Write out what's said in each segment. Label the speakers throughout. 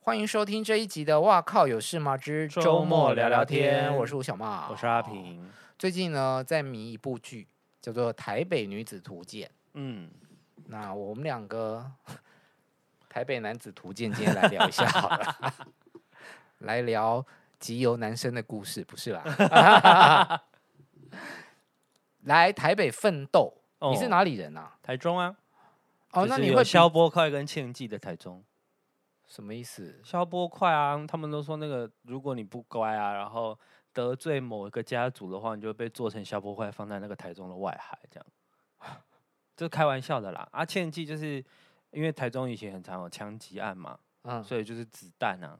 Speaker 1: 欢迎收听这一集的《哇靠有事吗之
Speaker 2: 周
Speaker 1: 周末
Speaker 2: 末
Speaker 1: 聊
Speaker 2: 聊
Speaker 1: 聊
Speaker 2: 聊
Speaker 1: 天》，
Speaker 2: 天
Speaker 1: 我是吴小茂，
Speaker 2: 我是阿。平。
Speaker 1: 最近呢，在迷一部剧，叫做《台北女子图鉴》。
Speaker 2: 嗯，
Speaker 1: 那我们两个台北男子图鉴今天来聊一下好了， 来聊集邮男生的故事，不是 啦。来台北奋斗，你是
Speaker 2: 哦
Speaker 1: 哪里人啊？
Speaker 2: 台中啊？
Speaker 1: 哦，
Speaker 2: 就
Speaker 1: 那
Speaker 2: 是
Speaker 1: 你
Speaker 2: 有
Speaker 1: 会比
Speaker 2: 消波块跟庆记的台中
Speaker 1: 什么意思？
Speaker 2: 消波块啊？他们都说那个，如果你不乖啊，然后得罪某一个家族的话，你就会被做成消波块，放在那个台中的外海这样。 这开玩笑的啦。啊，庆记就是因为台中以前很常有枪击案嘛，
Speaker 1: 嗯
Speaker 2: 所以就是子弹啊。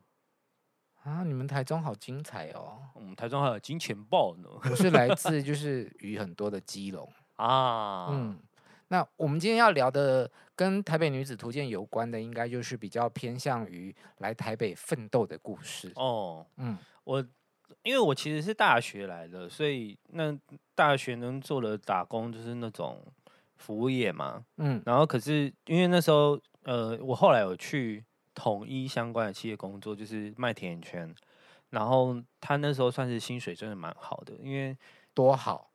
Speaker 1: 啊，你们台中好精彩哦！
Speaker 2: 我嗯们台中还有金钱豹呢
Speaker 1: 我是来自就是鱼很多的基隆。
Speaker 2: 啊。
Speaker 1: 嗯，那我们今天要聊的跟台北女子图鉴有关的，应该就是比较偏向于来台北奋斗的故事。
Speaker 2: 哦，
Speaker 1: 嗯，
Speaker 2: 我因为我其实是大学来的，所以那大学能做的打工就是那种服务业嘛。
Speaker 1: 嗯
Speaker 2: 然后可是因为那时候呃，我后来有去统一相关的企业工作，就是卖甜圈。然后他那时候算是薪水真的蛮好的，因为
Speaker 1: 多好，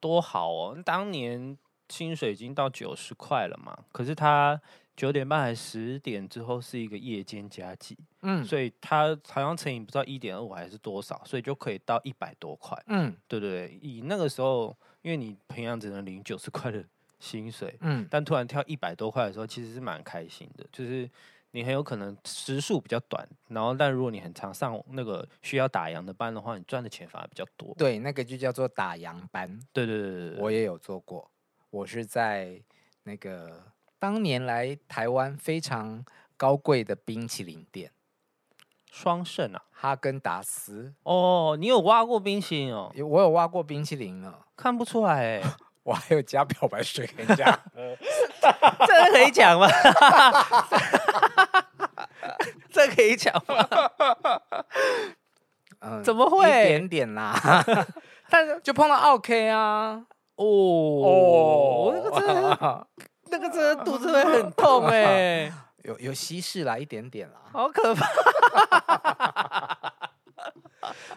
Speaker 2: 多好哦！当年薪水已经到九十块了嘛，可是他九点半还十点之后是一个夜间加急，
Speaker 1: 嗯
Speaker 2: 所以它好像乘以不知道一点二五还是多少，所以就可以到一百多块。
Speaker 1: 嗯
Speaker 2: 对对对，以那个时候，因为你平常只能领九十块的薪水，
Speaker 1: 嗯
Speaker 2: 但突然跳一百多块的时候，其实是蛮开心的，就是。你很有可能时数比较短，然后但如果你很常上那个需要打烊的班的话，你赚的钱反而比较多。
Speaker 1: 对，那个就叫做打烊班，
Speaker 2: 对对对对对，
Speaker 1: 我也有做过。我是在那个当年来台湾非常高贵的冰淇淋店
Speaker 2: 双胜啊！
Speaker 1: 哈根达斯，
Speaker 2: 哦，你有挖过冰淇淋哦？
Speaker 1: 有我有挖过冰淇淋呢，
Speaker 2: 看不出来哎、
Speaker 1: 我还有加 漂白水给人 家喝。
Speaker 2: 这可以讲吗？ 这可以讲 吗？
Speaker 1: 嗯，
Speaker 2: 怎么
Speaker 1: 一
Speaker 2: 会？
Speaker 1: 点点啦， 但是就碰到 OK 啊，
Speaker 2: 哦
Speaker 1: 哦
Speaker 2: 哦，那个真 的是，那个真的肚子会很痛哎、
Speaker 1: 有有稀释啦，一点点啦。
Speaker 2: 好可怕。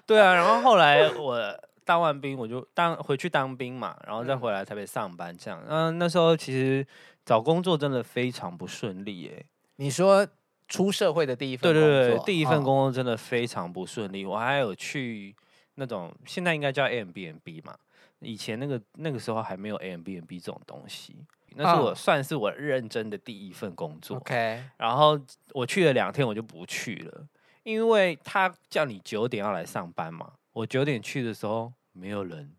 Speaker 2: 对啊，然后后来我当完兵，我就当回去当兵嘛，然后再回来台北上班这样。嗯，那时候其实找工作真的非常不顺利哎、
Speaker 1: 你说出社会的第一份
Speaker 2: 对
Speaker 1: 工作，
Speaker 2: 对对，第一份
Speaker 1: 嗯
Speaker 2: 工作真的非常不顺利。我还有去那种现在应该叫 a m b n b 嘛，以前那个那个时候还没有 a m b n b 这种东西，那是我、
Speaker 1: 嗯
Speaker 2: 算是我认真的第一份工作。
Speaker 1: OK，
Speaker 2: 然后我去了两天，我就不去了，因为他叫你九点要来上班嘛。我九点去的时候没有人，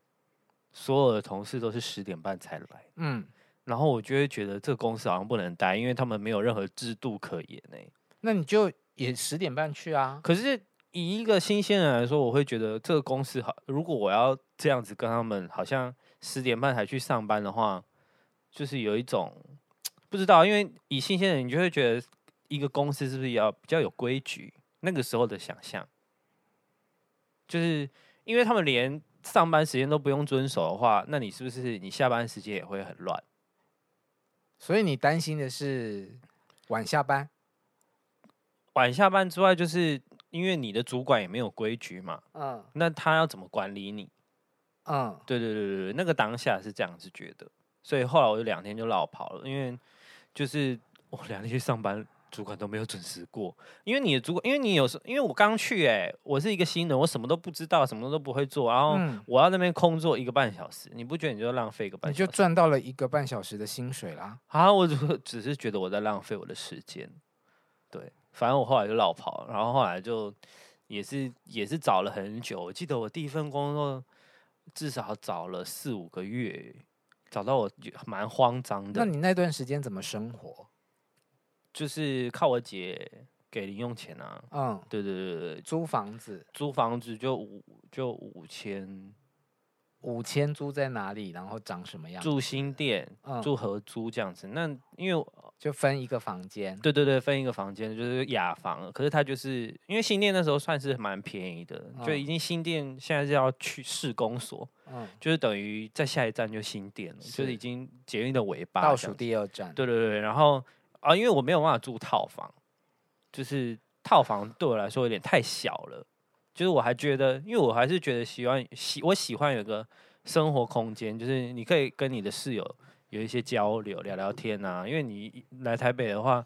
Speaker 2: 所有的同事都是十点半才来。
Speaker 1: 嗯，
Speaker 2: 然后我就会觉得这个公司好像不能待，因为他们没有任何制度可言欸呢、
Speaker 1: 那你就也十点半去啊。
Speaker 2: 可是以一个新鲜人来说，我会觉得这个公司好，如果我要这样子跟他们，好像十点半才去上班的话，就是有一种不知道，因为以新鲜人，你就会觉得一个公司是不是要比较有规矩？那个时候的想象，就是因为他们连上班时间都不用遵守的话，那你是不是你下班时间也会很乱？
Speaker 1: 所以你担心的是晚下班，
Speaker 2: 晚下班之外，就是因为你的主管也没有规矩嘛，
Speaker 1: 嗯
Speaker 2: 那他要怎么管理你？
Speaker 1: 嗯，
Speaker 2: 对对对对对，那个当下是这样子觉得，所以后来我就两天就落跑了，因为就是我两天去上班，主管都没有准时过，因为你的主管，因为你有时，因为我刚去、欸，我是一个新人，我什么都不知道，什么都不会做，然后
Speaker 1: 嗯
Speaker 2: 我要那边空做一个半小时，你不觉得你就浪费一个半
Speaker 1: 你
Speaker 2: 小
Speaker 1: 就
Speaker 2: 时？
Speaker 1: 赚到了一个半小时的薪水啦。
Speaker 2: 啊，我只 只是觉得我在浪费我的时间，对，反正我后来就落跑，然后后来就也是也是找了很久，我记得我第一份工作至少找了四五个月，找到我就蛮慌张
Speaker 1: 那
Speaker 2: 的，
Speaker 1: 你那段时间怎么生活？
Speaker 2: 就是靠我姐给零用钱啊，
Speaker 1: 嗯，
Speaker 2: 对对对对，
Speaker 1: 租房子
Speaker 2: 租房子就五就五千，
Speaker 1: 五千租在哪里？然后长什么样？
Speaker 2: 住新店
Speaker 1: 嗯，
Speaker 2: 住合租这样子，那因为我
Speaker 1: 就分一个房间。
Speaker 2: 对对对，分一个房间就是雅房，可是它就是因为新店那时候算是蛮便宜的，就
Speaker 1: 嗯
Speaker 2: 已经新店现在是要去市公所，
Speaker 1: 嗯，
Speaker 2: 就是等于在下一站就新店了，就是是已经捷运的尾巴
Speaker 1: 倒
Speaker 2: 这
Speaker 1: 数
Speaker 2: 样子。
Speaker 1: 第二站。
Speaker 2: 对对对，然后啊，因为我没有办法住套房，就是套房对我来说有点太小了，就是我还觉得，因为我还是觉得喜欢喜我喜欢有个生活空间，就是你可以跟你的室友有一些交流，聊聊天啊。因为你来台北的话，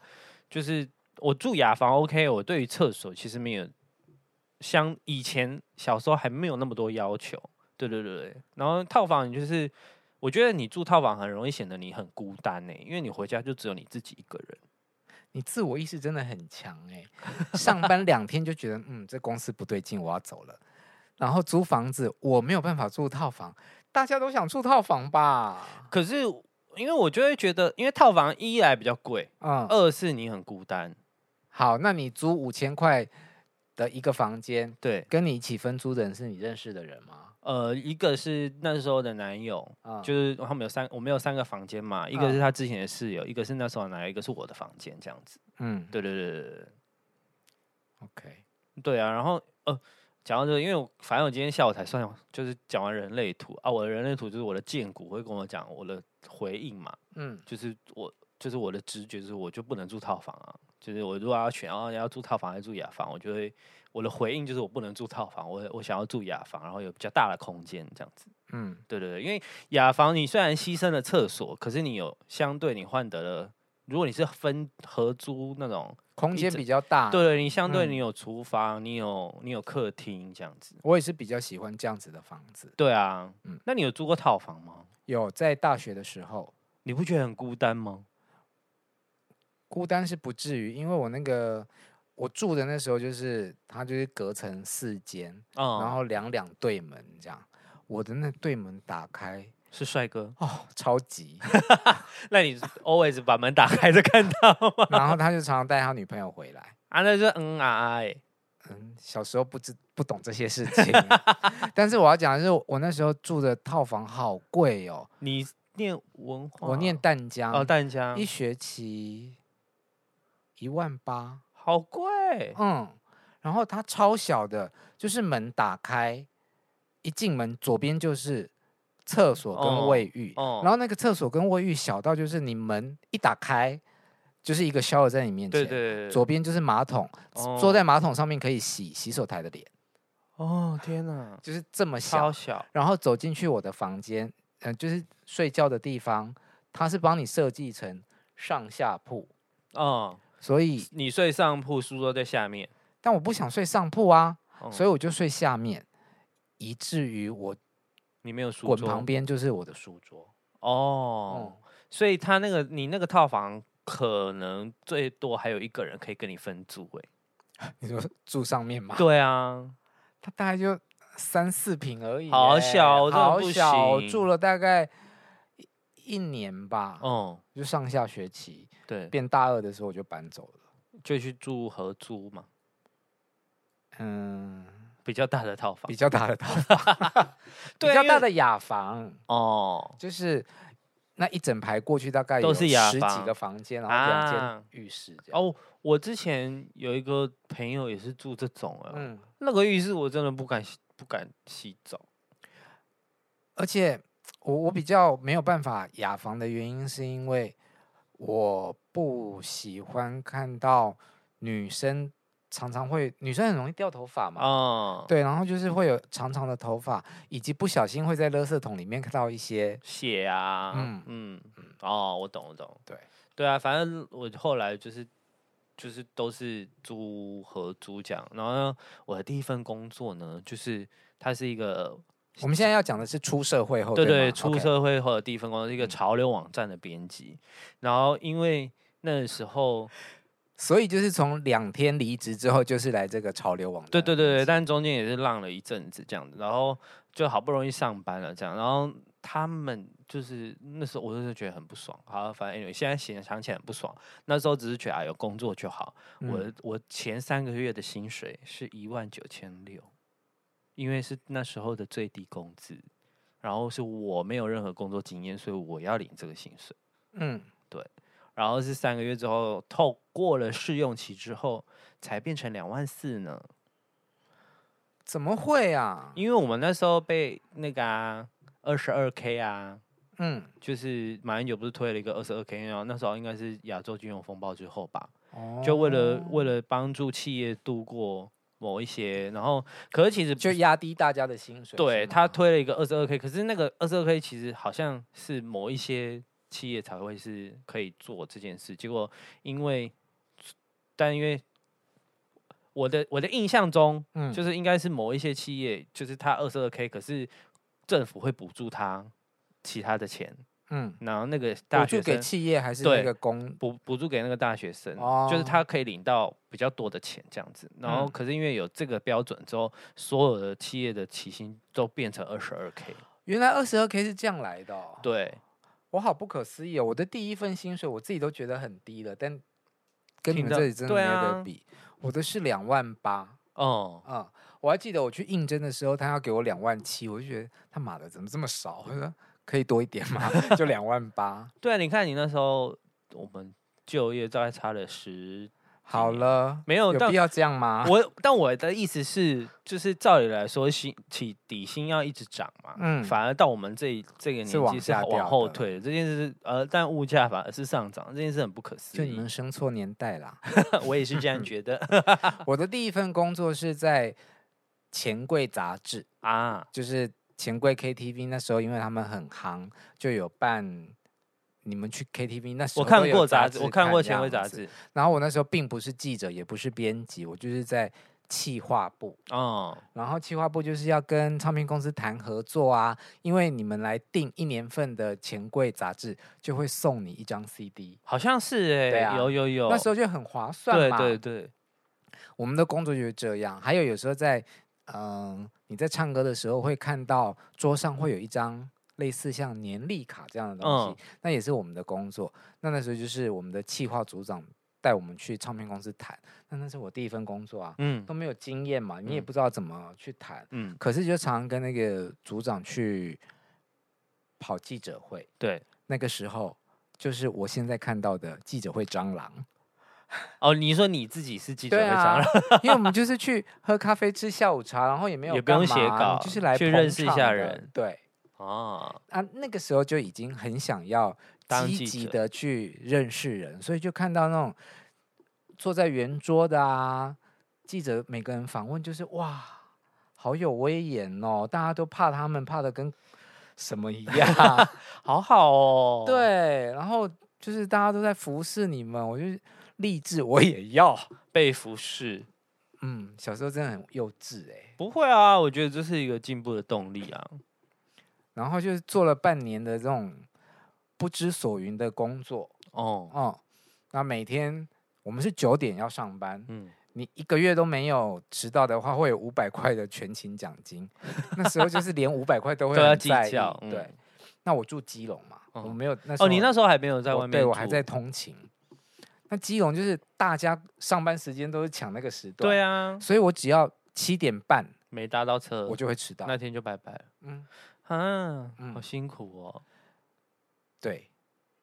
Speaker 2: 就是我住雅房 OK，我对于厕所其实没有像以前小时候还没有那么多要求。对对对对，然后套房你就是。我觉得你住套房很容易显得你很孤单呢、因为你回家就只有你自己一个人。
Speaker 1: 你自我意识真的很强哎、上班两天就觉得嗯，这公司不对劲，我要走了。然后租房子，我没有办法住套房，大家都想住套房吧？
Speaker 2: 可是因为我就会觉得，因为套房一来比较贵，
Speaker 1: 嗯，
Speaker 2: 二是你很孤单，
Speaker 1: 好，那你租五千块的一个房间，
Speaker 2: 对，
Speaker 1: 跟你一起分租的人是你认识的人吗？
Speaker 2: 呃，一个是那时候的男友，
Speaker 1: 啊、
Speaker 2: 就是他们有三，我们有三个房间嘛，一个是他之前的室友，一个是那时候的男友，一个是我的房间，这样子。
Speaker 1: 嗯
Speaker 2: 对对对对对
Speaker 1: ，OK，
Speaker 2: 对对啊，然后呃。讲到这个，因为我反正我今天下午才算，就是讲完人类图啊，我的人类图就是我的剑骨会跟我讲我的回应嘛，
Speaker 1: 嗯，
Speaker 2: 就是我就是我的直觉就是我就不能住套房啊，就是我如果要选啊要住套房还是住雅房，我就会我的回应就是我不能住套房，我我想要住雅房，然后有比较大的空间这样子。
Speaker 1: 嗯，
Speaker 2: 对对对，因为雅房你虽然牺牲了厕所，可是你有相对你换得了，如果你是分合租那种，
Speaker 1: 空
Speaker 2: 一
Speaker 1: 间
Speaker 2: 整
Speaker 1: 比较大。
Speaker 2: 对，对，你相对
Speaker 1: 嗯
Speaker 2: 你有厨房，你有你有客厅这样子。
Speaker 1: 我也是比较喜欢这样子的房子。
Speaker 2: 对啊，
Speaker 1: 嗯
Speaker 2: 那你有住过套房吗？
Speaker 1: 有在大学的时候，
Speaker 2: 你不觉得很孤单吗？
Speaker 1: 孤单是不至于，因为我那个我住的那时候就是它就是隔成四间，
Speaker 2: 嗯，
Speaker 1: 然后两两对门这样。我的那对门打开，
Speaker 2: 是帅哥，
Speaker 1: 哦，超 级。
Speaker 2: 那你 always 把门打开就 看到吗？
Speaker 1: 然后他就常常带他女朋友回来。
Speaker 2: 啊，那就是嗯啊啊哎、
Speaker 1: 嗯，小时候不知不懂这些事情， 但是我要讲的是，我那时候住的套房好贵哦，
Speaker 2: 你念文化，
Speaker 1: 我念淡江，
Speaker 2: 哦淡江
Speaker 1: 一，学期一万八，
Speaker 2: 好贵，
Speaker 1: 嗯，然后它超小的，就是门打开，一进门左边就是厕所
Speaker 2: 哦
Speaker 1: 跟卫浴，
Speaker 2: 哦
Speaker 1: 然后那个厕所跟卫浴小到就是你门一打开，就是一个 shower 在你面前，
Speaker 2: 对对对，
Speaker 1: 左边就是马桶，
Speaker 2: 哦
Speaker 1: 坐在马桶上面可以洗洗手台的脸，
Speaker 2: 哦天哪，
Speaker 1: 就是这么小
Speaker 2: 超。小，
Speaker 1: 然后走进去我的房间，嗯、就是睡觉的地方，它是帮你设计成上下铺，
Speaker 2: 嗯，
Speaker 1: 所以
Speaker 2: 你睡上铺，书桌在下面，哦
Speaker 1: 但我不想睡上铺啊，所
Speaker 2: 以
Speaker 1: 以我就睡下面，以至于我
Speaker 2: 你没有书
Speaker 1: 滚
Speaker 2: 桌
Speaker 1: 旁边就是我的书桌。
Speaker 2: 哦
Speaker 1: 哦，，
Speaker 2: 所以他那个你那个套房可能最多还有一个人可以跟你分租
Speaker 1: 啊
Speaker 2: 哎、
Speaker 1: 你说 住上面嘛，
Speaker 2: 对啊，
Speaker 1: 它大概就三四平而已耶，
Speaker 2: 好小真的
Speaker 1: 好
Speaker 2: 不
Speaker 1: 小哦，
Speaker 2: 行
Speaker 1: 住了大概一一年吧，
Speaker 2: 哦、
Speaker 1: 就上下学期
Speaker 2: 对，
Speaker 1: 变大二的时候我就搬走了。
Speaker 2: 就去住合租嘛，
Speaker 1: 嗯，
Speaker 2: 比较大的套房
Speaker 1: 比，较大的 套房，比
Speaker 2: 对
Speaker 1: 较大
Speaker 2: 因为
Speaker 1: 的雅房，
Speaker 2: 哦，
Speaker 1: 就是那一整排过去大概
Speaker 2: 都
Speaker 1: 有
Speaker 2: 是雅
Speaker 1: 十几
Speaker 2: 房
Speaker 1: 个房间，然后两
Speaker 2: 啊
Speaker 1: 间浴室这样。
Speaker 2: 哦，我之前有一个朋友也是住这种啊，
Speaker 1: 嗯，
Speaker 2: 那个浴室我真的不敢洗不敢洗澡。
Speaker 1: 而且我我比较没有办法雅房的原因，是因为我不喜欢看到女生常常会，女生很容易掉头发嘛。
Speaker 2: 啊，，
Speaker 1: 嗯对，然后就是会有长长的头发，以及不小心会在垃圾桶里面看到一些，
Speaker 2: 血啊，嗯
Speaker 1: 嗯
Speaker 2: 嗯，哦，我懂我懂，
Speaker 1: 对
Speaker 2: 对啊，反正我后来就是就是都是租合租这样，然后呢我的第一份工作呢，就是它是一个
Speaker 1: 我们现在要讲的是出社会后，
Speaker 2: 对
Speaker 1: 对
Speaker 2: 对，
Speaker 1: 吗
Speaker 2: 出
Speaker 1: ？OK，
Speaker 2: 社会后的第一份工作是一个
Speaker 1: 嗯
Speaker 2: 潮流网站的编辑，然后因为那时候
Speaker 1: 所以就是从两天离职之后，就是来这个潮流网站
Speaker 2: 对
Speaker 1: 的编
Speaker 2: 对
Speaker 1: 辑。
Speaker 2: 对对，但中间也是浪了一阵子这样子，然后就好不容易上班了这样，然后他们就是那时候我就是觉得很不爽，好，反正 anyway, 现在想想起来很不爽，那时候只是觉得啊有工作就好，我
Speaker 1: 嗯
Speaker 2: 的我前三个月的薪水是一万九千六，因为是那时候的最低工资，然后是我没有任何工作经验，所以我要领这个薪水。
Speaker 1: 嗯，
Speaker 2: 然后是三个月之后，透过了试用期之后，才变成两万四呢。
Speaker 1: 怎么会啊？
Speaker 2: 因为我们那时候被那个啊二十二 K 啊，
Speaker 1: 嗯
Speaker 2: 就是马英九不是推了一个二十二 K，然后那时候应该是亚洲金融风暴之后吧，就为了
Speaker 1: 哦
Speaker 2: 为了帮助企业度过某一些，然后可是其实
Speaker 1: 就压低大家的薪水。
Speaker 2: 对
Speaker 1: 是
Speaker 2: 他
Speaker 1: 吗
Speaker 2: 推了一个二十二 k，可是那个二十二 k 其实好像是某一些企业才会是可以做这件事，结果因为但因为我的我的印象中，
Speaker 1: 嗯
Speaker 2: 就是应该是某一些企业，就是他二十二 k，可是政府会补助他其他的钱，
Speaker 1: 嗯，
Speaker 2: 然后那个
Speaker 1: 补
Speaker 2: 大
Speaker 1: 助
Speaker 2: 学
Speaker 1: 给
Speaker 2: 生
Speaker 1: 企业还是
Speaker 2: 对
Speaker 1: 那个公
Speaker 2: 补补助给那个大学生，就是
Speaker 1: 哦
Speaker 2: 他可以领到比较多的钱这样子。然后
Speaker 1: 嗯
Speaker 2: 可是因为有这个标准之后，所有的企业的起薪都变成二十二 k。
Speaker 1: 原来二十二 k 是这样来的、哦，
Speaker 2: 对，
Speaker 1: 我好不可思议哦！我的第一份薪水我自己都觉得很低了，但跟你
Speaker 2: 听
Speaker 1: 们
Speaker 2: 到
Speaker 1: 这里真的没
Speaker 2: 对
Speaker 1: 有
Speaker 2: 啊
Speaker 1: 得比。我的是两万八，
Speaker 2: 哦，
Speaker 1: 嗯，我还记得我去应征的时候，他要给我两万七，我就觉得他妈的怎么这么少？我说可以多一点吗？ 就两万八。
Speaker 2: 对啊，你看你那时候我们就业大概差了十，
Speaker 1: 好了，
Speaker 2: 没有，
Speaker 1: 有
Speaker 2: 但
Speaker 1: 必要这样吗？
Speaker 2: 我但我的意思是，就是照理来说，薪起底薪要一直涨嘛，
Speaker 1: 嗯
Speaker 2: 反而到我们这一这个
Speaker 1: 是
Speaker 2: 年
Speaker 1: 往
Speaker 2: 纪是
Speaker 1: 下
Speaker 2: 往
Speaker 1: 掉
Speaker 2: 后
Speaker 1: 的
Speaker 2: 退的这件事是，呃，但物价反而是上涨，这件事很不可思
Speaker 1: 就你
Speaker 2: 议。
Speaker 1: 们生错年代 啦。
Speaker 2: 我也是 这样觉得
Speaker 1: 我的第一份工作是在钱柜杂志，
Speaker 2: 啊，
Speaker 1: 就是钱柜 KTV 那时候，因为他们很夯，就有办。你们去 KTV 那时
Speaker 2: 我
Speaker 1: 候都
Speaker 2: 看
Speaker 1: 有
Speaker 2: 过
Speaker 1: 杂
Speaker 2: 杂志，我看过前卫杂
Speaker 1: 志这样子。
Speaker 2: 志。
Speaker 1: 然后我那时候并不是记者，也不是编辑，我就是在企划部。
Speaker 2: 哦，
Speaker 1: 然后企划部就是要跟唱片公司谈合作啊，因为你们来订一年份的钱柜杂志，就会送你一张 CD。
Speaker 2: 好像是哎、
Speaker 1: 对啊
Speaker 2: 有有有，
Speaker 1: 那时候就很划算
Speaker 2: 对
Speaker 1: 嘛。
Speaker 2: 对对，
Speaker 1: 我们的工作就是这样。还有有时候在嗯、你在唱歌的时候会看到桌上会有一张类似像年历卡这样的东西，
Speaker 2: 嗯
Speaker 1: 那也是我们的工作。那那时候就是我们的企划组长带我们去唱片公司谈，那那是我第一份工作啊，
Speaker 2: 嗯
Speaker 1: 都没有经验嘛，你也
Speaker 2: 嗯
Speaker 1: 不知道怎么去谈，
Speaker 2: 嗯，
Speaker 1: 可是就常常跟那个组长去跑记者会，
Speaker 2: 对。
Speaker 1: 那个时候。就是我现在看到的记者会蟑螂，
Speaker 2: 哦，你说你自己是记者
Speaker 1: 对
Speaker 2: 会长，
Speaker 1: 啊， 因为我们就是去喝咖啡、吃下午茶，然后也没有
Speaker 2: 也不
Speaker 1: 干
Speaker 2: 用写
Speaker 1: 嘛
Speaker 2: 稿
Speaker 1: 你就是来
Speaker 2: 去
Speaker 1: 捧
Speaker 2: 认识一
Speaker 1: 场
Speaker 2: 下
Speaker 1: 的
Speaker 2: 人
Speaker 1: 对
Speaker 2: 哦，
Speaker 1: 啊，那个时候就已经很想要
Speaker 2: 当
Speaker 1: 积
Speaker 2: 记
Speaker 1: 极
Speaker 2: 者
Speaker 1: 的去认识人，所以就看到那种坐在圆桌的啊，记者每个人访问，就是哇，好有威严哦，大家都怕他们，怕的跟什么一 样。
Speaker 2: 好好哦，，
Speaker 1: 对，然后就是大家都在服侍你们，我就励志我也要。
Speaker 2: 被服侍
Speaker 1: 嗯，小时候真的很幼稚哎、
Speaker 2: 不会啊，我觉得这是一个进步的动力啊。
Speaker 1: 然后就是做了半年的这种不知所云的工作，
Speaker 2: 哦，
Speaker 1: 哦、那每天我们是九点要上班，
Speaker 2: 嗯，
Speaker 1: 你一个月都没有迟到的话，会有五百块的全勤奖金。那时候就是连五百块都会
Speaker 2: 都要
Speaker 1: 很
Speaker 2: 计
Speaker 1: 在意
Speaker 2: 较嗯
Speaker 1: 对，那我住基隆嘛，我
Speaker 2: 嗯
Speaker 1: 没有那时候
Speaker 2: 哦，你那时候还没有在
Speaker 1: 我
Speaker 2: 外面
Speaker 1: 对
Speaker 2: 住，
Speaker 1: 我还在通勤。那基隆就是大家上班时间都是抢那个时段，
Speaker 2: 对
Speaker 1: 啊，
Speaker 2: 啊，
Speaker 1: 所以我只要七点半
Speaker 2: 没搭到车，
Speaker 1: 我就会迟到。
Speaker 2: 那天就拜拜了
Speaker 1: 嗯，
Speaker 2: 啊，好
Speaker 1: 嗯
Speaker 2: 辛苦哦。
Speaker 1: 对，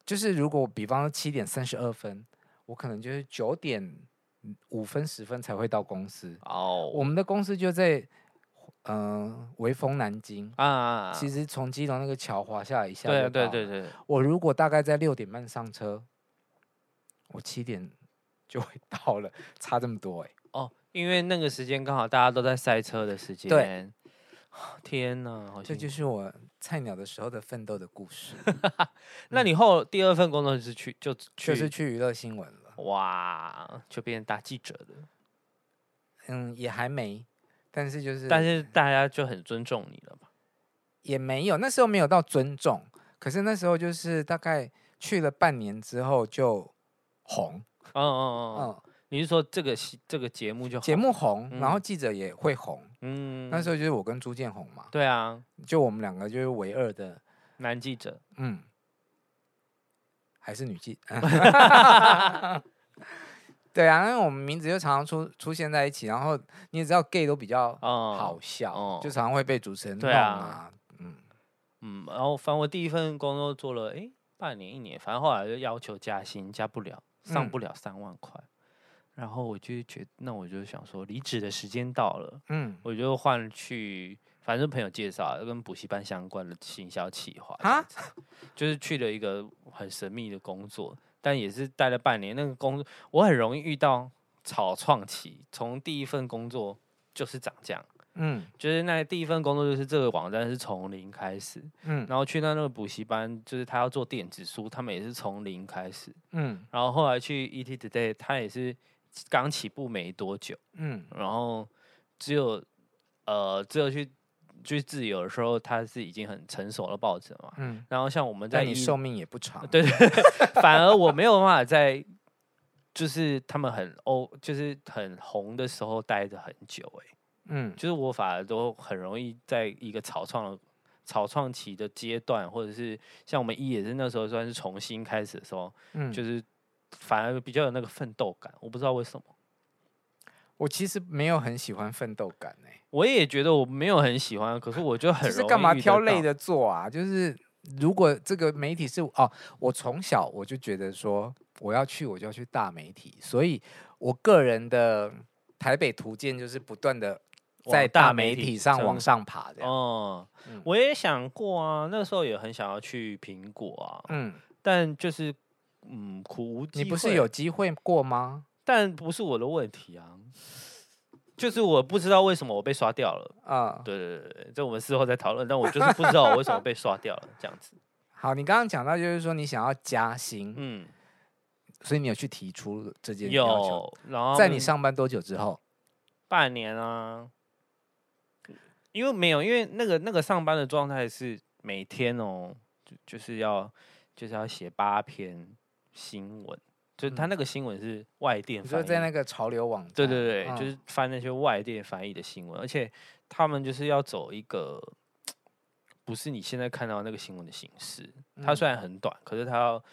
Speaker 1: 就是如果比方说七点三十二分，我可能就是九点五分十分才会到公司。
Speaker 2: 哦，
Speaker 1: 我们的公司就在嗯、呃微风南京，
Speaker 2: 啊啊，啊
Speaker 1: 其实从基隆那个桥滑下来一下
Speaker 2: 对啊
Speaker 1: 就
Speaker 2: 对
Speaker 1: 到
Speaker 2: 对
Speaker 1: 了。
Speaker 2: 对，
Speaker 1: 我如果大概在六点半上车，我七点就会到了，差这么多哎、
Speaker 2: 哦，因为那个时间刚好大家都在塞车的时间。
Speaker 1: 对，
Speaker 2: 天哪，好
Speaker 1: 这
Speaker 2: 辛
Speaker 1: 就
Speaker 2: 苦。
Speaker 1: 是我菜鸟的时候的奋斗的故 事，
Speaker 2: 那你后第二份工作是去就去
Speaker 1: 就是去娱乐新闻了。
Speaker 2: 哇，就变成大记者了。
Speaker 1: 嗯，也还没，但是就是
Speaker 2: 但是大家就很尊重你了嘛。
Speaker 1: 也没有，那时候没有到尊重，可是那时候就是大概去了半年之后就红，
Speaker 2: 嗯嗯嗯嗯，
Speaker 1: 嗯，
Speaker 2: 你是说这个戏这个节目就
Speaker 1: 节
Speaker 2: 红
Speaker 1: 目红，然后
Speaker 2: 嗯
Speaker 1: 记者也会红。
Speaker 2: 嗯
Speaker 1: 那时候就是我跟朱建红嘛，
Speaker 2: 对啊，
Speaker 1: 就我们两个就是唯二的，
Speaker 2: 男记者
Speaker 1: 嗯，还是女记， 对啊，因为我们名字就常常出出现在一起，然后你也知道 gay 都比较
Speaker 2: 哦，
Speaker 1: 好笑，
Speaker 2: 哦
Speaker 1: 就常常会被主持人弄
Speaker 2: 对啊
Speaker 1: 啊，嗯，
Speaker 2: 嗯，然后反正我第一份工作做了诶半年一年，反正后来就要求加薪，加不了，上
Speaker 1: 嗯
Speaker 2: 不了三万块。然后我就觉那我就想说，离职的时间到了，
Speaker 1: 嗯，
Speaker 2: 我就换去，反正朋友介绍啊跟补习班相关的行销企划这
Speaker 1: 啊
Speaker 2: 样子，就是去了一个很神秘的工作，但也是待了半年。那个工，我很容易遇到草创期，从第一份工作就是长这样，
Speaker 1: 嗯
Speaker 2: 就是那第一份工作就是这个网站是从零开始，
Speaker 1: 嗯
Speaker 2: 然后去到那个补习班，就是他要做电子书，他们也是从零开始，
Speaker 1: 嗯
Speaker 2: 然后后来去 ET Today，他也是刚起步没多久。
Speaker 1: 嗯
Speaker 2: 然后只有呃，只有去去自由的时候，它是已经很成熟的报纸了嘛。
Speaker 1: 嗯，
Speaker 2: 然后像我们在
Speaker 1: 但你
Speaker 2: 一
Speaker 1: 寿命也不长，
Speaker 2: 对 对对，反而我没有办法在就是他们很欧，就是很红的时候待着很久、欸，
Speaker 1: 嗯
Speaker 2: 就是我反而都很容易在一个草创的草创期的阶段，或者是像我们一也是那时候算是重新开始的时候，
Speaker 1: 嗯，
Speaker 2: 就是反而比较有那个奋斗感，我不知道为什么。
Speaker 1: 我其实没有很喜欢奋斗感哎、
Speaker 2: 我也觉得我没有很喜欢，可是我就很
Speaker 1: 就是
Speaker 2: 容易
Speaker 1: 干嘛
Speaker 2: 遇得
Speaker 1: 挑累
Speaker 2: 到？
Speaker 1: 的做啊？就是如果这个媒体是哦，我从小我就觉得说我要去我就要去大媒体，所以我个人的台北途径就是不断的
Speaker 2: 往
Speaker 1: 在
Speaker 2: 大
Speaker 1: 大媒
Speaker 2: 媒体
Speaker 1: 体上
Speaker 2: 上
Speaker 1: 往上爬这样。
Speaker 2: 哦、
Speaker 1: 嗯
Speaker 2: 我也想过啊，那时候也很想要去苹果啊，
Speaker 1: 嗯，
Speaker 2: 但就是嗯苦无
Speaker 1: 你
Speaker 2: 机
Speaker 1: 不是
Speaker 2: 会
Speaker 1: 有，机会过吗？
Speaker 2: 但不是我的问题啊，就是我不知道为什么我被刷掉了。
Speaker 1: 啊、
Speaker 2: 对对对对，这我们事后再讨论。但我就是不知道我为什么被刷掉了，这 样子。
Speaker 1: 好，你刚刚讲到就是说你想要加薪，
Speaker 2: 嗯，
Speaker 1: 所以你有去提出这件要求。
Speaker 2: 有，嗯然后
Speaker 1: 在你上班多久之后？
Speaker 2: 半年啊，因为没有，因为那个那个上班的状态是每天哦，就就是要就是要写八篇新闻，就是他
Speaker 1: 嗯
Speaker 2: 那个新闻是外电
Speaker 1: 你
Speaker 2: 翻
Speaker 1: 说
Speaker 2: 译，
Speaker 1: 在那个潮流网站，
Speaker 2: 对对对，
Speaker 1: 嗯
Speaker 2: 就是翻那些外电翻译的新闻，而且他们就是要走一个不是你现在看到那个新闻的形式，它
Speaker 1: 嗯
Speaker 2: 虽然很短，可是它要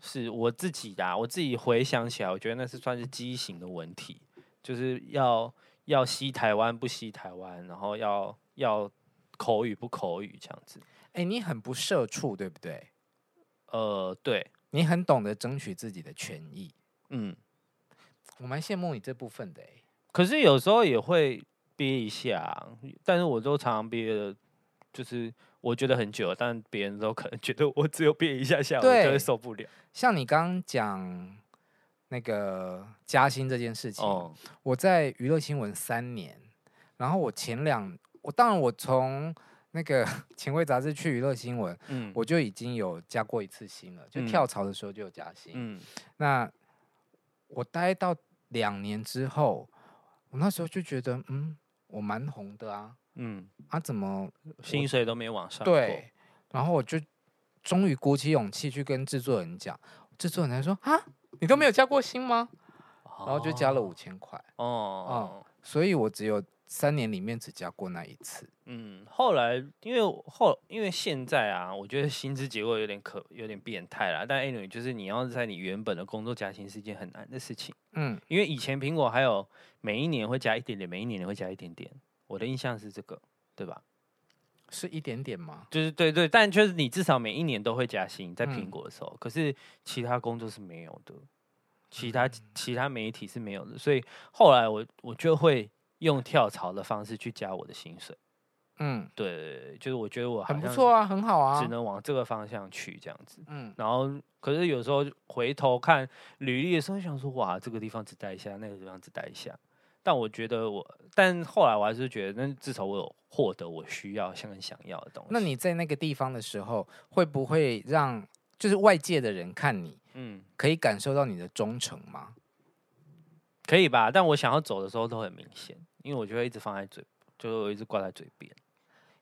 Speaker 2: 是我自己的啊、我自己回想起来，我觉得那是算是畸形的文体，就是要要吸台湾不吸台湾，然后要要口语不口语这样子。
Speaker 1: 哎、你很不社畜，对不对？
Speaker 2: 呃，对，
Speaker 1: 你很懂得争取自己的权益，
Speaker 2: 嗯，
Speaker 1: 我蛮羡慕你这部分的、欸。
Speaker 2: 可是有时候也会憋一下啊，但是我都常常憋的，就是我觉得很久，但别人都可能觉得我只有憋一下下，我就会
Speaker 1: 对
Speaker 2: 受不了。
Speaker 1: 像你刚刚讲那个加薪这件事情，
Speaker 2: 哦，
Speaker 1: 我在娱乐新闻三年，然后我前两，我当然我从那个 前卫杂志去娱乐新闻，
Speaker 2: 嗯，
Speaker 1: 我就已经有加过一次薪了，就
Speaker 2: 嗯
Speaker 1: 跳槽的时候就有加薪。
Speaker 2: 嗯
Speaker 1: 那我待到两年之后，我那时候就觉得，嗯，我蛮红的啊，
Speaker 2: 嗯，
Speaker 1: 啊，怎么
Speaker 2: 薪水都没往上过，
Speaker 1: 对？然后我就终于鼓起勇气去跟制作人讲，制作人才说啊，你都没有加过薪吗？
Speaker 2: 哦，
Speaker 1: 然后就加了五千块，
Speaker 2: 哦哦，
Speaker 1: 所以我只有三年里面只加过那一次。
Speaker 2: 嗯，后来因为我后因为现在啊，我觉得薪资结构有点可有点变态啦。但 anyway，就是你要在你原本的工作加薪是一件很难的事情。
Speaker 1: 嗯，
Speaker 2: 因为以前苹果还有每一年会加一点点，每一年会加一点点，我的印象是这个，对吧？
Speaker 1: 是一点点吗？
Speaker 2: 就是对对，但就是你至少每一年都会加薪，在苹
Speaker 1: 嗯
Speaker 2: 果的时候，可是其他工作是没有的，其
Speaker 1: 嗯
Speaker 2: 他其他媒体是没有的，所以后来我我就会用跳槽的方式去加我的薪水。
Speaker 1: 嗯，
Speaker 2: 对对对，就是我觉得我好
Speaker 1: 很不
Speaker 2: 像
Speaker 1: 错啊，很好啊
Speaker 2: 只。能往这个方向去这样子。
Speaker 1: 嗯，
Speaker 2: 然后可是有时候回头看履历的时候，想说哇，这个地方只待一下，那个地方只待一下。但我觉得我，但后来我还是觉得，那至少我有获得我需要、想想要的东西。
Speaker 1: 那你在那个地方的时候，会不会让就是外界的人看你？
Speaker 2: 嗯，
Speaker 1: 可以感受到你的忠诚吗？
Speaker 2: 可以吧？但我想要走的时候都很明显，因为我就会一直放在嘴，就是我一直挂在嘴边。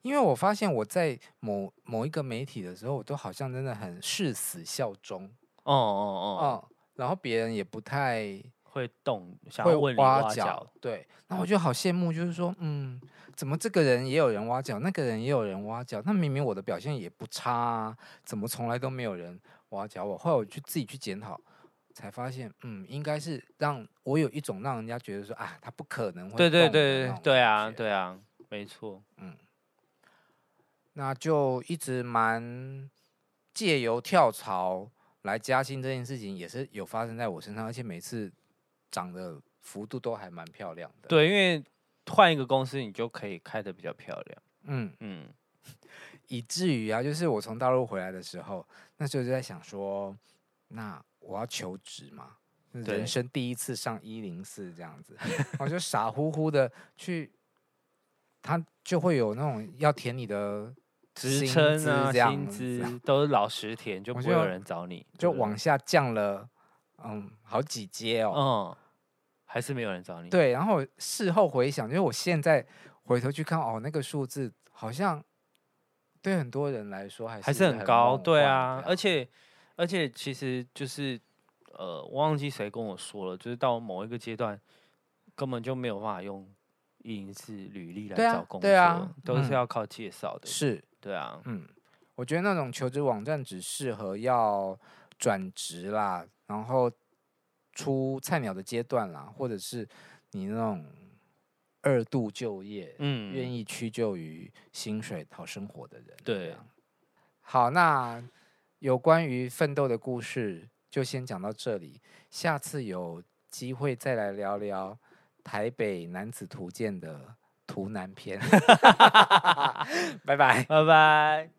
Speaker 1: 因为我发现我在某某一个媒体的时候，我都好像真的很誓死效忠，
Speaker 2: 哦哦哦，
Speaker 1: 嗯，然后别人也不太
Speaker 2: 会动，想
Speaker 1: 会
Speaker 2: 要问你
Speaker 1: 挖
Speaker 2: 角。
Speaker 1: 对，那我就好羡慕，就是说，嗯，怎么这个人也有人挖角，那个人也有人挖角，那明明我的表现也不差啊，怎么从来都没有人挖角我？后来我去自己去检讨，才发现，嗯，应该是让我有一种让人家觉得说，啊，他不可能会
Speaker 2: 对对
Speaker 1: 动我的那
Speaker 2: 对对
Speaker 1: 种
Speaker 2: 对
Speaker 1: 感
Speaker 2: 啊
Speaker 1: 觉
Speaker 2: 对啊，没错。
Speaker 1: 那就一直蛮借由跳槽来加薪这件事情，也是有发生在我身上，而且每次涨的幅度都还蛮漂亮的。，
Speaker 2: 对，因为换一个公司，你就可以开的比较漂亮。
Speaker 1: 嗯，
Speaker 2: 嗯。
Speaker 1: 以至于啊，就是我从大陆回来的时候，那时候就在想说，那我要求职嘛，
Speaker 2: 对
Speaker 1: 人生第一次上一零四这样子，我就傻乎乎的去，他就会有那种要填你的
Speaker 2: 职
Speaker 1: 薪
Speaker 2: 称
Speaker 1: 资
Speaker 2: 啊、
Speaker 1: 这样
Speaker 2: 薪
Speaker 1: 子
Speaker 2: 资都是老实填，就
Speaker 1: 我
Speaker 2: 不会有
Speaker 1: 就
Speaker 2: 人找你，对
Speaker 1: 就
Speaker 2: 不对
Speaker 1: 往下降了，嗯，好几阶哦。
Speaker 2: 嗯，还是没有人找你。，
Speaker 1: 对，然后事后回想，就是我现在回头去看，哦，那个数字好像对很多人来说还是
Speaker 2: 还是很
Speaker 1: 很
Speaker 2: 高，
Speaker 1: 梦
Speaker 2: 对
Speaker 1: 幻
Speaker 2: 啊，
Speaker 1: 的
Speaker 2: 而且而且其实就是呃，我忘记谁跟我说了，就是到某一个阶段根本就没有办法用一零四履历来
Speaker 1: 对啊
Speaker 2: 找工作，
Speaker 1: 对啊
Speaker 2: 都
Speaker 1: 嗯
Speaker 2: 是要靠介绍的，
Speaker 1: 是
Speaker 2: 对啊，
Speaker 1: 嗯，我觉得那种求职网站只适合要转职啦，然后出菜鸟的阶段啦，或者是你那种二度就业，
Speaker 2: 嗯，
Speaker 1: 愿意屈就于薪水讨生活的人。这
Speaker 2: 对
Speaker 1: 样好，那有关于奋斗的故事就先讲到这里，下次有机会再来聊聊台北男子 图鉴的图南篇。拜拜。
Speaker 2: 拜拜。